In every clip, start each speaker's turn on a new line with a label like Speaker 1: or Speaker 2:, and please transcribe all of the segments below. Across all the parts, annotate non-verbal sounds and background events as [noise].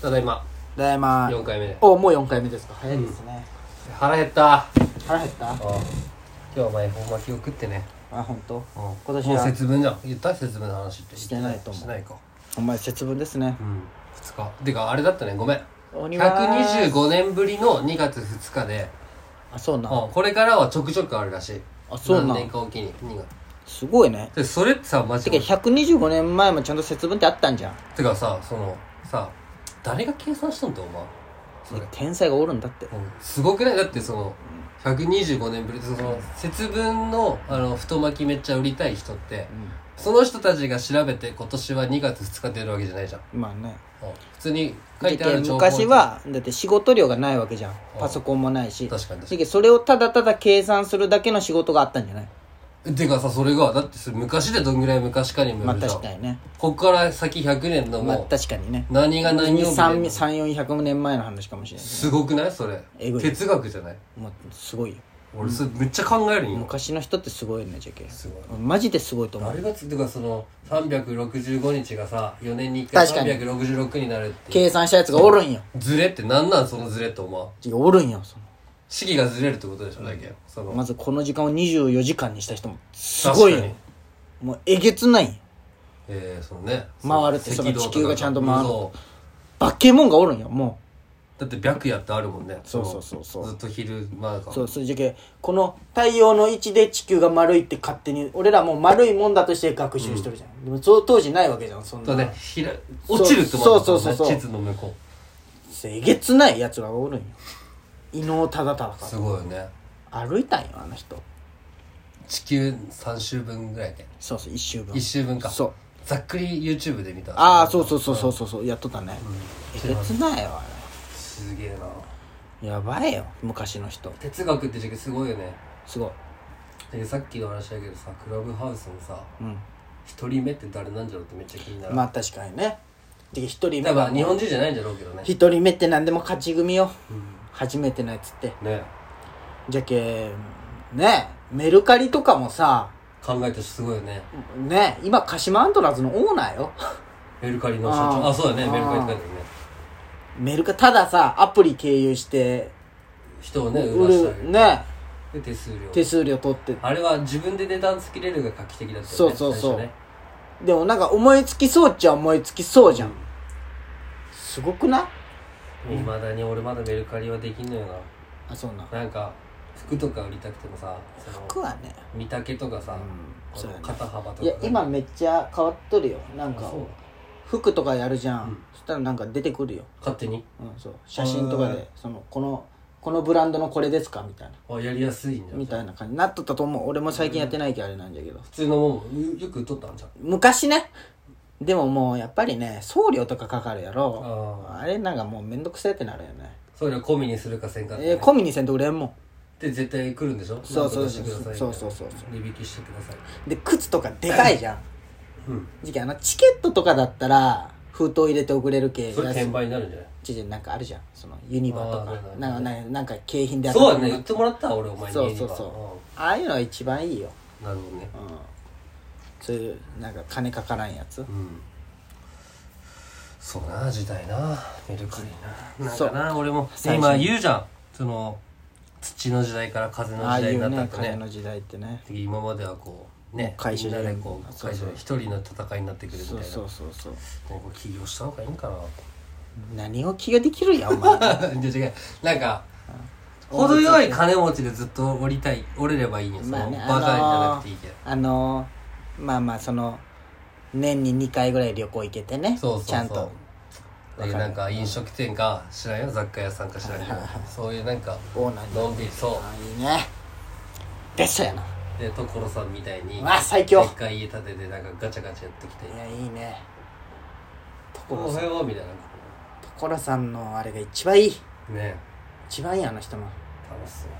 Speaker 1: ただいま
Speaker 2: ただいま
Speaker 1: 4回目で
Speaker 2: おもう4回目ですか早いですね、
Speaker 1: 腹減った
Speaker 2: 腹減った
Speaker 1: 今日お前恵方巻きを食ってね
Speaker 2: あ本当。
Speaker 1: 今
Speaker 2: 今年
Speaker 1: もう
Speaker 2: は
Speaker 1: 節分じゃん言った節分の話って
Speaker 2: してないと思う
Speaker 1: してないか
Speaker 2: お前節分ですね
Speaker 1: うん2日てかあれだったねごめん
Speaker 2: 鬼は
Speaker 1: 125年ぶりの2月2日で
Speaker 2: あそうなん
Speaker 1: うんこれからはちょくちょくあるらしい
Speaker 2: あそうな
Speaker 1: 何年
Speaker 2: ん
Speaker 1: かおきに2月
Speaker 2: すごいね
Speaker 1: でそれってさマジ
Speaker 2: て
Speaker 1: で
Speaker 2: か125年前もちゃんと節分ってあったんじゃん
Speaker 1: てかさそのさ誰が計算したんだお前それ
Speaker 2: 天才がおるんだって
Speaker 1: うんすごくないだってその125年ぶりその節分のあの太巻きめっちゃ売りたい人って
Speaker 2: う
Speaker 1: その人たちが調べて今年は2月2日出るわけじゃないじゃん
Speaker 2: んまあね
Speaker 1: うん普通に書
Speaker 2: だっ
Speaker 1: いてあ
Speaker 2: て
Speaker 1: る情報
Speaker 2: 昔はだって仕事量がないわけじゃんパソコンもないし
Speaker 1: 確かに確か
Speaker 2: だけどそれをただただ計算するだけの仕事があったんじゃない
Speaker 1: にてかさそれがだってそれ昔でどんぐらい昔かにもよ
Speaker 2: まあ
Speaker 1: るじゃん、
Speaker 2: 確かにね
Speaker 1: こっから先100年の
Speaker 2: まあ
Speaker 1: もう
Speaker 2: 確かにね
Speaker 1: 何が何曜日で
Speaker 2: 3400年前の話かもしれない
Speaker 1: すごくないそれ
Speaker 2: えぐい
Speaker 1: 哲学じゃない
Speaker 2: もうすごいよ
Speaker 1: 俺それめっちゃ考えるんよ
Speaker 2: 昔の人ってすごいねじゃけ
Speaker 1: すごい
Speaker 2: マジですごいと思
Speaker 1: あ
Speaker 2: う
Speaker 1: れがつてかその365日がさ4年に1回
Speaker 2: 確かに
Speaker 1: 366になるっていう
Speaker 2: 計算したやつがおるんよ
Speaker 1: ズレってなんなんそのズレって思う
Speaker 2: 違うおるんよそ
Speaker 1: 式がずれるってことでしょだけそ
Speaker 2: の
Speaker 1: の
Speaker 2: まずこの時間を24時間にした人もすごい
Speaker 1: 確か
Speaker 2: よ
Speaker 1: に
Speaker 2: もうえげつないよ
Speaker 1: えー、そのね
Speaker 2: 回るってその
Speaker 1: 赤道とか
Speaker 2: 地球がちゃんと回る
Speaker 1: そ
Speaker 2: バケモンがおるんよも
Speaker 1: うだって白夜ってあるもんね
Speaker 2: そうそうそうそう
Speaker 1: のずっと昼間
Speaker 2: う
Speaker 1: か
Speaker 2: そうそれじゃけこの太陽の位置で地球が丸いって勝手に俺らもう丸いもんだとして学習してるじゃん、でもそう当時ないわけじゃんそん
Speaker 1: と
Speaker 2: な、
Speaker 1: ねひら落ちるってもあるからね
Speaker 2: そうそうそうそう
Speaker 1: 地図の向こ
Speaker 2: えげつないやつがおるんよ伊能忠敬
Speaker 1: うすごいよね
Speaker 2: 歩いたんよあの人
Speaker 1: 地球3周分ぐらいで
Speaker 2: そうそう一周分
Speaker 1: 1周分か
Speaker 2: そう
Speaker 1: ざっくり YouTube で見た
Speaker 2: ああそうそうそうそうそうそうやっとったね、えげつないよあ
Speaker 1: すげえな
Speaker 2: れやばいよ昔の人
Speaker 1: 哲学って時期すごいよね
Speaker 2: すごい
Speaker 1: でさっきの話だけどさクラブハウスのさ
Speaker 2: うん
Speaker 1: 一人目って誰なんじゃろうってめっちゃ気になる、
Speaker 2: まあ確かにねで一人目
Speaker 1: 多分日本人じゃないんじゃろうけどね
Speaker 2: 一人目って何でも勝ち組よ
Speaker 1: うん
Speaker 2: 初めてのやつって
Speaker 1: ね
Speaker 2: じゃけねメルカリとかもさ
Speaker 1: 考えたしすごいよね
Speaker 2: ね今鹿島アントラーズのオーナーよ [laughs]
Speaker 1: メルカリの社長
Speaker 2: あ
Speaker 1: あ
Speaker 2: ー
Speaker 1: そうだね
Speaker 2: あー
Speaker 1: メルカリって書いてあるね
Speaker 2: メルカたださアプリ経由して
Speaker 1: 人をね売
Speaker 2: 売
Speaker 1: らした
Speaker 2: る
Speaker 1: り
Speaker 2: ね
Speaker 1: で手数料
Speaker 2: 手数料取って
Speaker 1: あれは自分で値段つけれるが画期的だったよね
Speaker 2: そうそうそ
Speaker 1: 最
Speaker 2: う
Speaker 1: 初ね
Speaker 2: でもなんか思いつきそうっちゃ思いつきそうじゃん、すごくない
Speaker 1: いまだに俺まだメルカリはできんのよ
Speaker 2: あそうな
Speaker 1: ななんか服とか売りたくてもさその
Speaker 2: 僕はね
Speaker 1: 見丈とかさ、
Speaker 2: うん
Speaker 1: こ
Speaker 2: そう
Speaker 1: の
Speaker 2: やね
Speaker 1: 肩幅とか
Speaker 2: いや今めっちゃ変わっとるよなん
Speaker 1: あ
Speaker 2: か
Speaker 1: そう
Speaker 2: 服とかやるじゃん、
Speaker 1: うん
Speaker 2: そしたらなんか出てくるよ、
Speaker 1: 勝手に
Speaker 2: うん、そう写真とか
Speaker 1: へー
Speaker 2: でそのこのこのブランドのこれですかみたいな
Speaker 1: あやりやすいんじゃん
Speaker 2: みたいな感じになっとったと思う俺も最近やってないけどあれなんだけど
Speaker 1: 普通のもんうよく売っとったんじゃん
Speaker 2: 昔ねでももうやっぱりね送料とかかかるやろ
Speaker 1: ああ
Speaker 2: あれなんかもうめんどくせえってなるよね
Speaker 1: それを込みにするかせんかってね、
Speaker 2: えー、込みにせんと売れんもん
Speaker 1: で絶対来るんでしょ
Speaker 2: そうそう
Speaker 1: なんとかしてくださいみたいな
Speaker 2: そうそうそう
Speaker 1: 値引きしてください
Speaker 2: で靴とかでかいじゃん
Speaker 1: うん
Speaker 2: 時期あのチケットとかだったら封筒入れて送れるけ
Speaker 1: それ転
Speaker 2: 安い
Speaker 1: 売になるんじゃない
Speaker 2: ちょちょなんかあるじゃんそのユニバと
Speaker 1: あ
Speaker 2: か
Speaker 1: ー
Speaker 2: なんかなんかなんか景品で
Speaker 1: そうだ
Speaker 2: る
Speaker 1: ね言ってもらったわ俺お前に
Speaker 2: そ
Speaker 1: 家
Speaker 2: うそう
Speaker 1: には
Speaker 2: そうああいうのが一番いいよ、
Speaker 1: うんなるほどね
Speaker 2: うん、そういうなんか金かからんやつ
Speaker 1: うんそうな時代なメルカリななん
Speaker 2: そ
Speaker 1: か
Speaker 2: う
Speaker 1: な俺も
Speaker 2: 最初
Speaker 1: 今言うじゃんその土の時代から風の
Speaker 2: ああ
Speaker 1: 時代
Speaker 2: い
Speaker 1: にな
Speaker 2: う
Speaker 1: ったっ
Speaker 2: ね
Speaker 1: て
Speaker 2: 金
Speaker 1: ね
Speaker 2: の時代ってね
Speaker 1: 今まではこうね
Speaker 2: 会社
Speaker 1: みん
Speaker 2: で
Speaker 1: なでこう
Speaker 2: そう
Speaker 1: 会社
Speaker 2: そう
Speaker 1: で一人の戦いになってくるみたい
Speaker 2: そう
Speaker 1: な
Speaker 2: そうそうそう
Speaker 1: ねこれ起業した方がいいんかな
Speaker 2: 何を気ができるんやお前
Speaker 1: [laughs]
Speaker 2: [laughs]
Speaker 1: じゃ違うなんか程よい金持ちでずっと折りたい折れればいいんよそ
Speaker 2: まあ
Speaker 1: の
Speaker 2: ね
Speaker 1: バカにならなくていいけど
Speaker 2: あのーまあまあその年に2回ぐらい旅行行けてね
Speaker 1: そうそうそう
Speaker 2: ちゃんと
Speaker 1: だけどなんか飲食店か知らんよ雑貨屋さんか知らんけどそういうなんか
Speaker 2: オーナーに
Speaker 1: のんびりそ
Speaker 2: ああいいねベストやな
Speaker 1: うで所さんみたいに
Speaker 2: うわ最強
Speaker 1: でっかい家建ててなんかガチャガチャやってきて
Speaker 2: いやいいね
Speaker 1: お
Speaker 2: 所さ
Speaker 1: は
Speaker 2: ん
Speaker 1: ようみたい
Speaker 2: 所さんのあれが一番いい
Speaker 1: なね
Speaker 2: 一番いいあの人も
Speaker 1: 楽しそう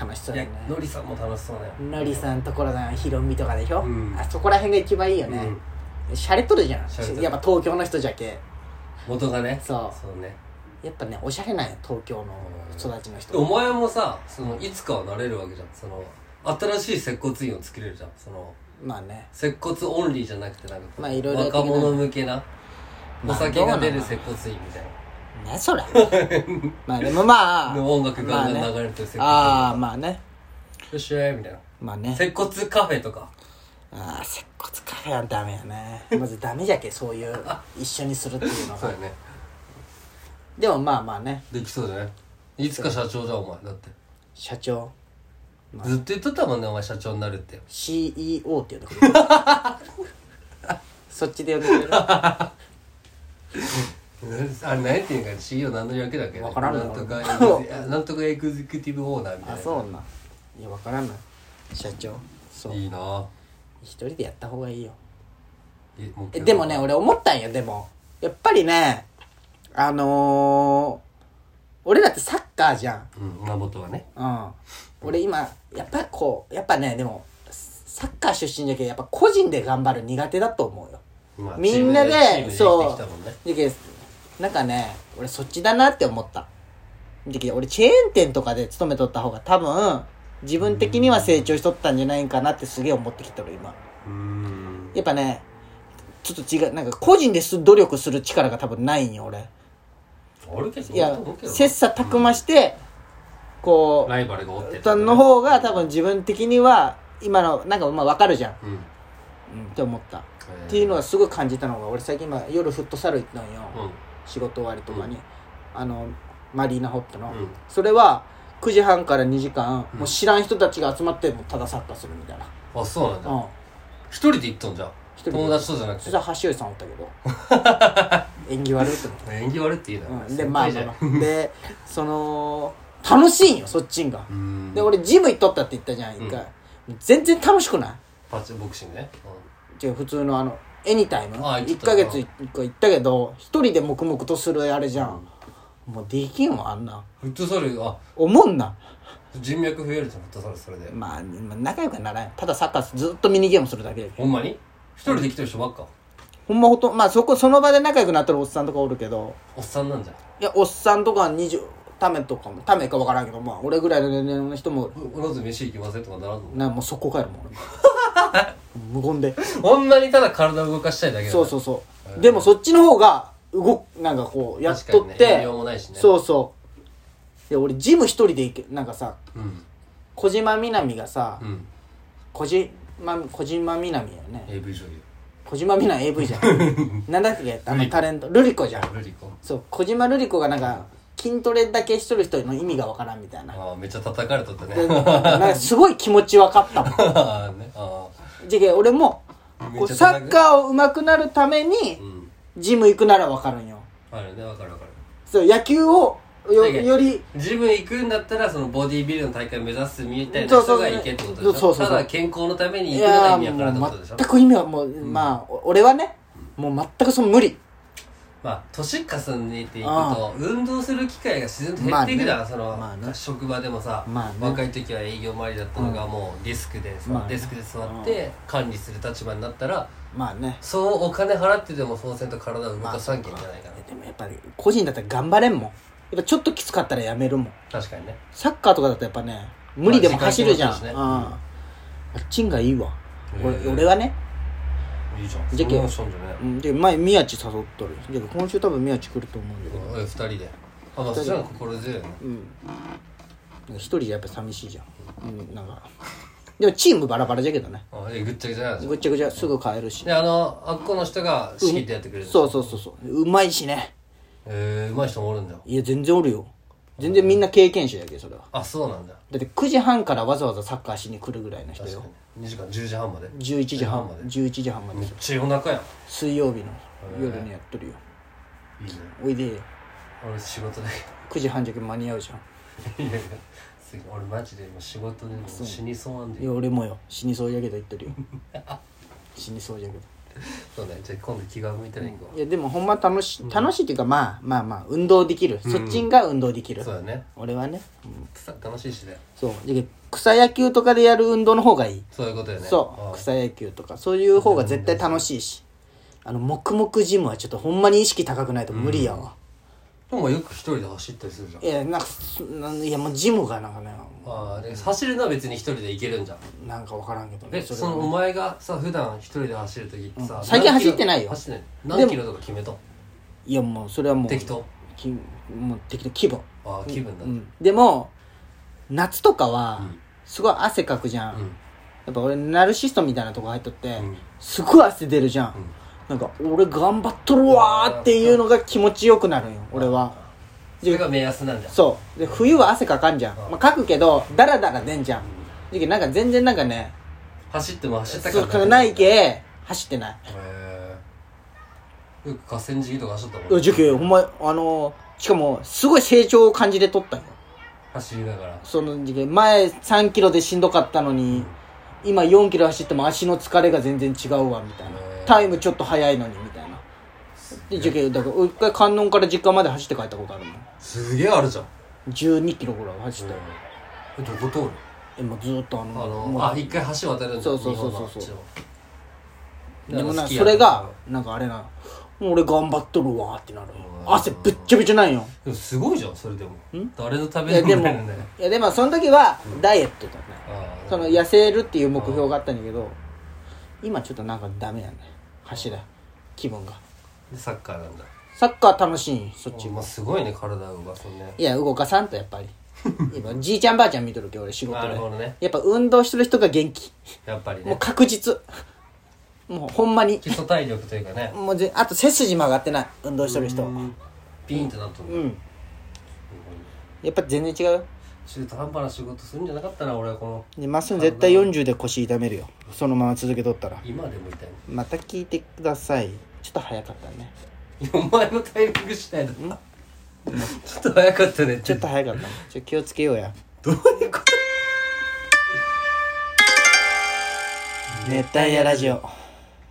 Speaker 2: 楽しそう
Speaker 1: い
Speaker 2: だ
Speaker 1: や
Speaker 2: よ
Speaker 1: の
Speaker 2: ね
Speaker 1: りさんも楽しそうね
Speaker 2: のりさん所さんひろみとかでしょ、
Speaker 1: うん
Speaker 2: あそこら辺が一番いいよ
Speaker 1: う
Speaker 2: ね
Speaker 1: ん
Speaker 2: 洒落、とるじゃん
Speaker 1: 洒落とる
Speaker 2: やっぱ東京の人じゃけ
Speaker 1: 元がね
Speaker 2: そう
Speaker 1: そうね
Speaker 2: やっぱねおしゃれなんや東京の育ちの人
Speaker 1: お前もさそのいつかはなれるわけじゃんその新しい接骨院を作れるじゃんその
Speaker 2: まあね
Speaker 1: 接骨オンリーじゃなくてなんかこう
Speaker 2: まあいろいろやってい
Speaker 1: 若
Speaker 2: けない
Speaker 1: 者向けな、
Speaker 2: まあ
Speaker 1: お酒が出る
Speaker 2: どうな
Speaker 1: 接骨院みたいな [laughs]
Speaker 2: ねそれまあでもまあ
Speaker 1: の音楽が
Speaker 2: まあね
Speaker 1: 流れてる接骨
Speaker 2: ああまあね
Speaker 1: よっしゃーみたいな
Speaker 2: まあね
Speaker 1: 接骨カフェとか
Speaker 2: ああ接骨カフェはダメやねまずダメじゃけそう
Speaker 1: [laughs]
Speaker 2: いう一緒にするっていうの
Speaker 1: そう
Speaker 2: が
Speaker 1: やね
Speaker 2: でもまあまあね
Speaker 1: できそうじゃないいつか社長じゃんお前だって
Speaker 2: 社長
Speaker 1: ずっと言っとったもんねお前社長になるって
Speaker 2: CEO って呼んで
Speaker 1: [laughs]
Speaker 2: くれるそっちで呼んでくれる
Speaker 1: あれ何やっていうんか CEO 名乗りわけだっけど
Speaker 2: わからん
Speaker 1: な
Speaker 2: なん
Speaker 1: とかエグゼあなんとかエグゼクティブオーナーみたい
Speaker 2: あ
Speaker 1: な
Speaker 2: そうなんいやわからんない社長そう
Speaker 1: いいなぁ
Speaker 2: 一人でやった方がいいよ
Speaker 1: えもう
Speaker 2: えでもね俺思ったんよでもやっぱりねあのー、俺らってサッカーじゃん
Speaker 1: うん名本はね
Speaker 2: うん俺今やっぱこうやっぱねでもサッカー出身じゃけどやっぱ個人で頑張る苦手だと思うよ
Speaker 1: まあ
Speaker 2: みんなで
Speaker 1: チームチームで生きてきたもんね
Speaker 2: じゃけなんかね俺そっちだなって思ったじゃけ俺チェーン店とかで勤めとった方が多分自分的には成長しとったんじゃないんかなってすげえ思ってきた俺今
Speaker 1: うーん
Speaker 2: やっぱねちょっと違うなんか個人です努力する力が多分ないんよ俺
Speaker 1: あるけど
Speaker 2: いや
Speaker 1: そう思うけど
Speaker 2: 切磋琢磨して、こう
Speaker 1: ライバルがおって
Speaker 2: さんの方が多分自分的には今のなんかまあ分かるじゃん、
Speaker 1: うん
Speaker 2: って思った、
Speaker 1: っ
Speaker 2: っていうのはすごい感じたのが俺最近今夜フットサル行ったんよ、
Speaker 1: うん
Speaker 2: 仕事終わりとかに、あのマリーナホットの、
Speaker 1: うん
Speaker 2: それは9時半から2時間、
Speaker 1: うん
Speaker 2: もう知らん人たちが集まってもうただサッカーするみたいな、
Speaker 1: あそうなんだ
Speaker 2: うん、
Speaker 1: 一人で行っとんじゃん
Speaker 2: 一人で
Speaker 1: 友達とじゃなく
Speaker 2: そしてたら橋上さんおったけど
Speaker 1: [laughs]
Speaker 2: 縁起悪いって思っ
Speaker 1: 演技悪いって言うな
Speaker 2: た、うん、でまあまあ
Speaker 1: 先輩
Speaker 2: まあでその楽しいんよそっちんが
Speaker 1: じゃんうーん
Speaker 2: で俺ジム行っとったって言ったじゃん一回、全然楽しくない
Speaker 1: パチボクシングね
Speaker 2: じゃあ普通のあのエニタイム
Speaker 1: あ言っ
Speaker 2: 1
Speaker 1: てた
Speaker 2: ヶ月1回行ったけど一人で黙々とするあれじゃん、もうできんわあんな
Speaker 1: フットサルあ
Speaker 2: 思んな
Speaker 1: 人脈増えるじゃんフットサルそれで
Speaker 2: まあまあ仲良くはならんただサッカーずっとミニゲームするだけで
Speaker 1: ほんまに一人で来てる人ばっか
Speaker 2: ほんまほとんまあそこその場で仲良くなってるおっさんとかおるけど
Speaker 1: おっさんなんじゃん
Speaker 2: いやおっさんとか20ためとかもためかわからんけどまあ俺ぐらいの年齢の人も
Speaker 1: おのず飯行きませんとかならんの
Speaker 2: なもうそこからもう俺
Speaker 1: [laughs]
Speaker 2: 無言で
Speaker 1: ほんまにただ体を動かしたいだけだ
Speaker 2: そうそうそうでもそっちの方が動くなんかこうやっ
Speaker 1: 確か
Speaker 2: とっ
Speaker 1: にね
Speaker 2: て、
Speaker 1: 栄養もないしね
Speaker 2: そうそうで俺ジム一人で行けなんかさ
Speaker 1: うん
Speaker 2: 小島みなみがさ、
Speaker 1: うん
Speaker 2: 小島小島みなみやね
Speaker 1: AV 女優
Speaker 2: 小島みな AV じ
Speaker 1: [laughs]
Speaker 2: ゃんなんだっけあのタレントルリコじゃん
Speaker 1: ルリコ
Speaker 2: そう小島ルリコがなんか筋トレだけしとる人の意味がわからんみたいな
Speaker 1: ああめっちゃ叩かれとったね [laughs]
Speaker 2: でなんかすごい気持ちわかったもん
Speaker 1: ああねあ
Speaker 2: じゃけ俺も
Speaker 1: め
Speaker 2: こ
Speaker 1: っ
Speaker 2: う
Speaker 1: ちゃ
Speaker 2: サ
Speaker 1: 高い
Speaker 2: ッカーを上手くなるため
Speaker 1: あ
Speaker 2: に
Speaker 1: うん
Speaker 2: ジム行くならわかるんよ
Speaker 1: あるねわかるわかる
Speaker 2: そう野球をよ
Speaker 1: だけど
Speaker 2: より
Speaker 1: ジム行くんだったらそのボディービルの大会目指すみたい
Speaker 2: そ
Speaker 1: な
Speaker 2: うそ
Speaker 1: 人
Speaker 2: う
Speaker 1: が行けってことでしょ
Speaker 2: そうそうそう
Speaker 1: ただ健康のために
Speaker 2: い
Speaker 1: 行くのが
Speaker 2: や
Speaker 1: 意味わからんって
Speaker 2: も
Speaker 1: こ
Speaker 2: う
Speaker 1: とでしょ
Speaker 2: 全く意味はもう、まあお俺はねもう全くその無理
Speaker 1: まあ年重ねていく
Speaker 2: あ
Speaker 1: と運動する機会が自然と減っていくじゃん、
Speaker 2: まあね
Speaker 1: その、
Speaker 2: まあね
Speaker 1: 職場でもさ、
Speaker 2: まあね
Speaker 1: 若い時は営業周りだったのがもうデスクでさ、
Speaker 2: まあね
Speaker 1: デスクで座って管理する立場になったら
Speaker 2: まあね
Speaker 1: そのお金払ってでもそのせんと体を動かさんけんじゃないかな、
Speaker 2: でもやっぱり個人だったら頑張れんもんやっぱちょっときつかったらやめるもん
Speaker 1: 確かにね
Speaker 2: サッカーとかだとやっぱね無理でも
Speaker 1: まあ
Speaker 2: 走るじゃん、
Speaker 1: 時間
Speaker 2: うん
Speaker 1: 決
Speaker 2: あ
Speaker 1: ま
Speaker 2: っちんがいいわ
Speaker 1: へえ
Speaker 2: 俺俺はね
Speaker 1: いいじゃん
Speaker 2: じゃけ
Speaker 1: そんなのしとんじゃね
Speaker 2: うんで前宮地誘っとるで今週多分宮地来ると思うんだけ
Speaker 1: お
Speaker 2: ど
Speaker 1: い二人であまあそしたら心強いよね
Speaker 2: うんなんか一人じゃやっぱ寂しいじゃんうんなんかでもチームバラバラじゃけどね
Speaker 1: あえぐっちゃぐちゃなんじゃん
Speaker 2: ぐっちゃぐちゃすぐ変えるし
Speaker 1: であのあっこの人が仕切ってやってくれる
Speaker 2: そうそうそうそううまいしね
Speaker 1: えー、うまい人もおるんだよ
Speaker 2: いや全然おるよ全然みんな経験者やけどそれは
Speaker 1: あそうなんだ
Speaker 2: だって9時半からわざわざサッカーしに来るぐらいの人
Speaker 1: 確
Speaker 2: よ
Speaker 1: かに2時間10時半まで
Speaker 2: 11時半ま
Speaker 1: ま
Speaker 2: で
Speaker 1: で
Speaker 2: 11時半まで
Speaker 1: めっちゃ夜中やん
Speaker 2: 水曜日の夜にやっとるよ
Speaker 1: いいね
Speaker 2: おいでよ
Speaker 1: 俺仕事で
Speaker 2: 9時半じゃけ間に合うじゃん
Speaker 1: いやいやすげえ俺マジで今仕事でもう死にそうなん
Speaker 2: い
Speaker 1: で
Speaker 2: や俺もよ死にそうじゃけど言っ
Speaker 1: [laughs]
Speaker 2: とるよ死にそうじゃけど
Speaker 1: そうねじゃあ今度気が向いたら行こ
Speaker 2: いやでもほんま楽しい楽しいっていうかまあまあまあ運動できる、そっちんが運動でき
Speaker 1: う
Speaker 2: る
Speaker 1: そうだね
Speaker 2: 俺はね
Speaker 1: 草楽しいしね
Speaker 2: そうじゃけ草野球とかでやる運動の方がいい
Speaker 1: そういうことよね
Speaker 2: そう
Speaker 1: あ
Speaker 2: 草野球とかそういう方が絶対楽しいしあの黙々ジムはちょっとほんまに意識高くないと無理やわ、
Speaker 1: でもよく一人で走ったりするじゃん
Speaker 2: いやなんかそなんいやもうジムがなんかね
Speaker 1: ああで走るのは別に一人で行けるんじゃん
Speaker 2: なんか分からんけどね
Speaker 1: え
Speaker 2: それ
Speaker 1: そのお前がさ普段一人で走る時ってさ
Speaker 2: 最近走ってない
Speaker 1: 何キ
Speaker 2: よ
Speaker 1: ロ走ってない
Speaker 2: で
Speaker 1: 何
Speaker 2: も
Speaker 1: キロとか決めとん
Speaker 2: いやもうそれはもう
Speaker 1: 適当
Speaker 2: きもう適当気分
Speaker 1: ああ気分だ
Speaker 2: う
Speaker 1: うん
Speaker 2: ん、でも夏とかは
Speaker 1: うん
Speaker 2: すごい汗かくじゃん、
Speaker 1: うん
Speaker 2: やっぱ俺ナルシストみたいなとこ入っとって、
Speaker 1: うん
Speaker 2: すごい汗出るじゃん、なんか俺頑張っとるわーっていうのが気持ちよくなるんよ俺は
Speaker 1: それが目安なんだ
Speaker 2: そうで冬は汗かかんじゃん、まあ、かくけどダラダラ出んじゃん時期なんか全然なんかね
Speaker 1: 走っても走った
Speaker 2: そう
Speaker 1: から
Speaker 2: ないけ走ってない
Speaker 1: へえよく河川敷とか走ったもん
Speaker 2: 時期ほんまあのーしかもすごい成長を感じてとったよ
Speaker 1: 走りながら
Speaker 2: その時期前3キロでしんどかったのに今4キロ走っても足の疲れが全然違うわみたいな
Speaker 1: へー
Speaker 2: タイムちょっと早いのにみたいなで受験だから一回観音から実家まで走って帰ったことあるもん
Speaker 1: すげえあるじゃん
Speaker 2: 12キロぐらい走ったよ、
Speaker 1: えどこ通る
Speaker 2: えもうずっとあ
Speaker 1: あ
Speaker 2: のもう
Speaker 1: のあ一回橋渡るんだ
Speaker 2: そうそうそうそうそう
Speaker 1: 日本のあっちの
Speaker 2: で
Speaker 1: だから好きやな
Speaker 2: もなそれがなんかあれなもう俺頑張っとるわーってなる
Speaker 1: うん
Speaker 2: 汗ぶっちゃぶちゃなんよ
Speaker 1: でもすごいじゃんそれでも誰のた
Speaker 2: い
Speaker 1: め
Speaker 2: や
Speaker 1: に
Speaker 2: で
Speaker 1: も
Speaker 2: も
Speaker 1: なるんだよ
Speaker 2: いやでもその時はダイエットだね、
Speaker 1: ああ
Speaker 2: その痩せるっていう目標があったんだけど今ちょっとなんかダメやね柱気分が
Speaker 1: でサッカーなんだ
Speaker 2: サッカー楽しいんそっち
Speaker 1: ちまあすごいね体を動かすね
Speaker 2: いや動かさんとやっぱ [laughs] り今じいちゃんばあちゃん見とるけど俺仕事
Speaker 1: な
Speaker 2: で
Speaker 1: るほどね
Speaker 2: やっぱ運動してる人が元気
Speaker 1: やっぱり
Speaker 2: もう
Speaker 1: ね
Speaker 2: 確実もうほんまに
Speaker 1: 基礎体力というかね
Speaker 2: もうぜあと背筋曲がってない運動してる人うん
Speaker 1: ピーンとなっとる
Speaker 2: やっぱ全然違うよ
Speaker 1: 中途半端な仕事するんじゃなかったな俺はこの
Speaker 2: でまっすぐ絶対40で腰痛めるよそのまま続けとったら
Speaker 1: 今でも痛い
Speaker 2: また聞いてくださいちょっと早かったね
Speaker 1: [laughs] お前のタイミング次第だな [laughs] ちょっと早かったね
Speaker 2: ち
Speaker 1: ち
Speaker 2: ょ
Speaker 1: ょ
Speaker 2: っ
Speaker 1: っ
Speaker 2: と早かったねちょっと気をつけようや
Speaker 1: とどういうこと
Speaker 2: 熱帯夜ラジオ